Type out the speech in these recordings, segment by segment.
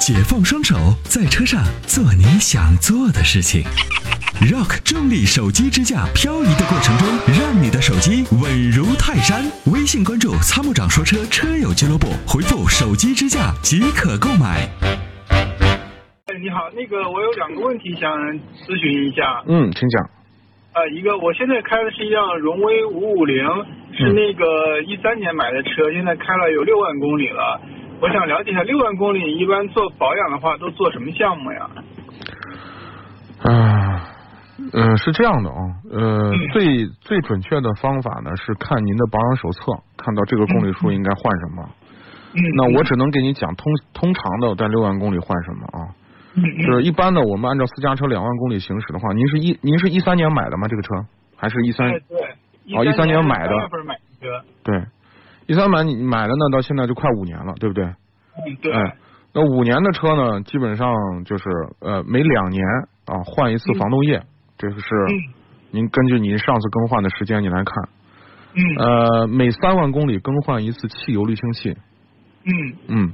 解放双手，在车上做你想做的事情。Rock 重力手机支架，漂移的过程中，让你的手机稳如泰山。微信关注“参谋长说车”车友俱乐部，回复“手机支架”即可购买。哎，你好，那个我有两个问题想咨询一下。嗯，请讲。呃，一个我现在开的是一辆荣威五五零，嗯是那个一三年买的车，现在开了有六万公里了。我想了解一下，六万公里一般做保养的话都做什么项目呀？啊，嗯、是这样的啊、呃，嗯最最准确的方法呢是看您的保养手册，看到这个公里数应该换什么。嗯，那我只能给你讲通通常的，在六万公里换什么啊？嗯就嗯是一般的，我们按照私家车两万公里行驶的话，您是一您是一三年买的吗？这个车还是一三、哎对，哦13年买的三月份买的车。对，一三买你买的呢，到现在就快五年了，对不对？嗯，对。哎，那五年的车呢，基本上就是呃每两年啊换一次防冻液，这个是嗯您根据您上次更换的时间你来看，嗯呃每三万公里更换一次汽油滤清器，嗯嗯，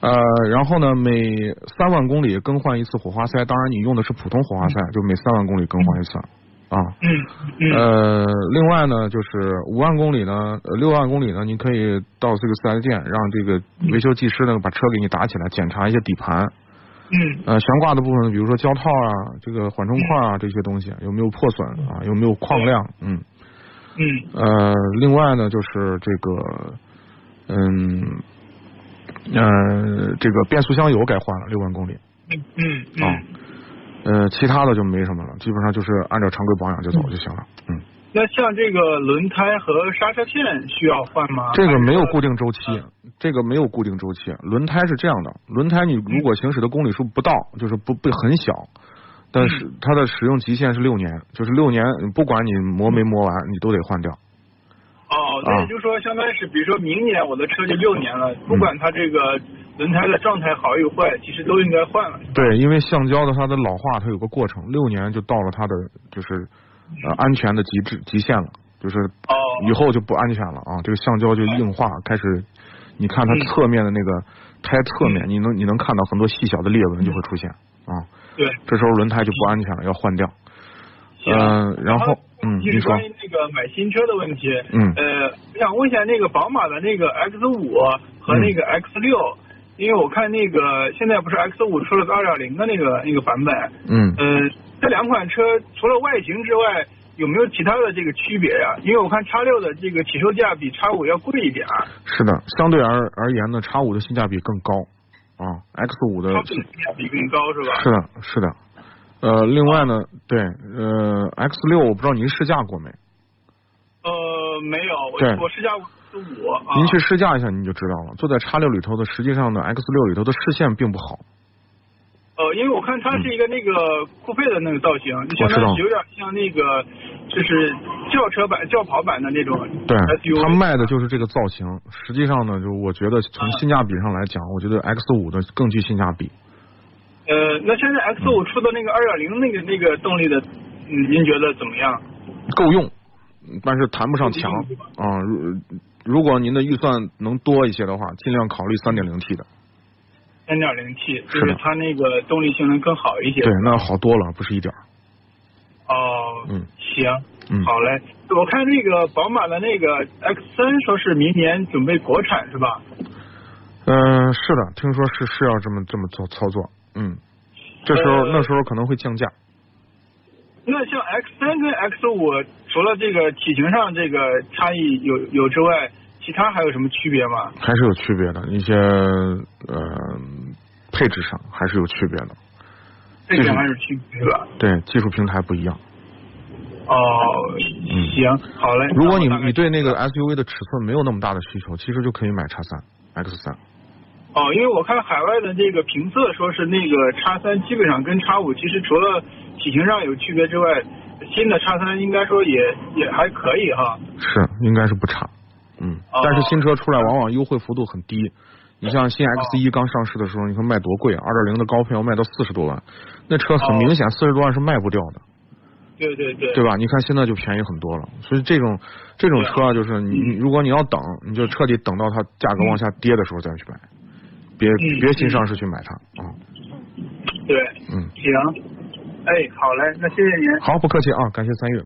呃然后呢每三万公里更换一次火花塞，当然你用的是普通火花塞，就每三万公里更换一次啊。嗯嗯呃，另外呢，就是五万公里呢，呃六万公里呢，您可以到这个四 S 店，让这个维修技师呢把车给你打起来，检查一些底盘，嗯呃，悬挂的部分，比如说胶套啊，这个缓冲块啊，这些东西有没有破损啊，有没有矿量，嗯，嗯呃，另外呢，就是这个，嗯，呃，这个变速箱油该换了，六万公里嗯嗯啊嗯。，呃，其他的就没什么了，基本上就是按照常规保养就走就行了，嗯，那像这个轮胎和刹车片需要换吗？这个没有固定。定周期，这个没有固定周期，轮胎是这样的，轮胎你如果行驶的公里数不到，就是不不很小，但是它的使用极限是六年，就是六年，不管你磨没磨完，你都得换掉。哦，对，啊就说相当于是，比如说明年我的车就六年了，不管它这个轮胎的状态好与坏，其实都应该换了。对，因为橡胶的它的老化它有个过程，六年就到了它的就是呃安全的极致极限了，就是哦，以后就不安全了啊，这个橡胶就硬化，开始你看它嗯侧面的那个胎侧面，你能你能看到很多细小的裂纹就会出现啊，对，这时候轮胎就不安全了，要换掉。行嗯、然后嗯，就你是说关于那个买新车的问题，嗯呃，我想问一下那个宝马的那个 X 五嗯和那个 X 六、因为我看那个现在不是 X 五出了个二点零的那个那个版本，嗯呃，这两款车除了外形之外，有没有其他的这个区别呀、因为我看叉六的这个起售价比叉五要贵一点啊，是的，相对而而言呢，叉五的性价比更高啊，X 五的它本性价比更高是吧？是的，是的。呃，另外呢，对，呃，X 六我不知道您试驾过没？呃，没有，我对我试驾过 X 五啊。您去试驾一下您就知道了。坐在叉六里头的，实际上呢，X 六里头的视线并不好。呃，因为我看它是一个那个酷配的那个造型，就相我知道当于有点像那个就是轿车版、轿跑版的那种对， SUV。它卖的就是这个造型。实际上呢，就我觉得从啊性价比上来讲，我觉得 X 五的更具性价比。呃，那现在 X 五出的那个二点零那个那个动力的，嗯，您觉得怎么样？够用，但是谈不上强够用是吧啊。如如果您的预算能多一些的话，尽量考虑三点零 T 的。三点零 T，就是是的它那个动力性能更好一些。对，那好多了，不是一点儿。哦，嗯行，嗯好嘞。我看那个宝马的那个 X 三，说是明年准备国产是吧？嗯、是的，听说是是要这么这么做操作。嗯，这时候、呃那时候可能会降价。那像 X 三跟 X 五，除了这个体型上这个差异有有之外，其他还有什么区别吗？还是有区别的，一些呃配置上还是有区别的。这两还是区别是吧？对，技术平台不一样。哦，行，好嘞。嗯如果你那我大概你对那个 SUV 的尺寸没有那么大的需求，其实就可以买叉三 X 三。哦，因为我看海外的这个评测说是那个叉三基本上跟叉五其实除了体型上有区别之外，新的叉三应该说也也还可以哈。是，应该是不差。嗯，哦但是新车出来往往优惠幅度很低。你像新 X 一刚上市的时候，你说卖多贵，啊二点零的高配要卖到四十多万，那车很哦明显四十多万是卖不掉的，对对对。对吧？你看现在就便宜很多了，所以这种这种嗯啊车啊，就是你你如果你要等，你就彻底等到它价格往下跌的时候再去买，别嗯别新上市去买它啊。对，嗯行，哎，好嘞，那谢谢您。好，不客气啊，感谢参与。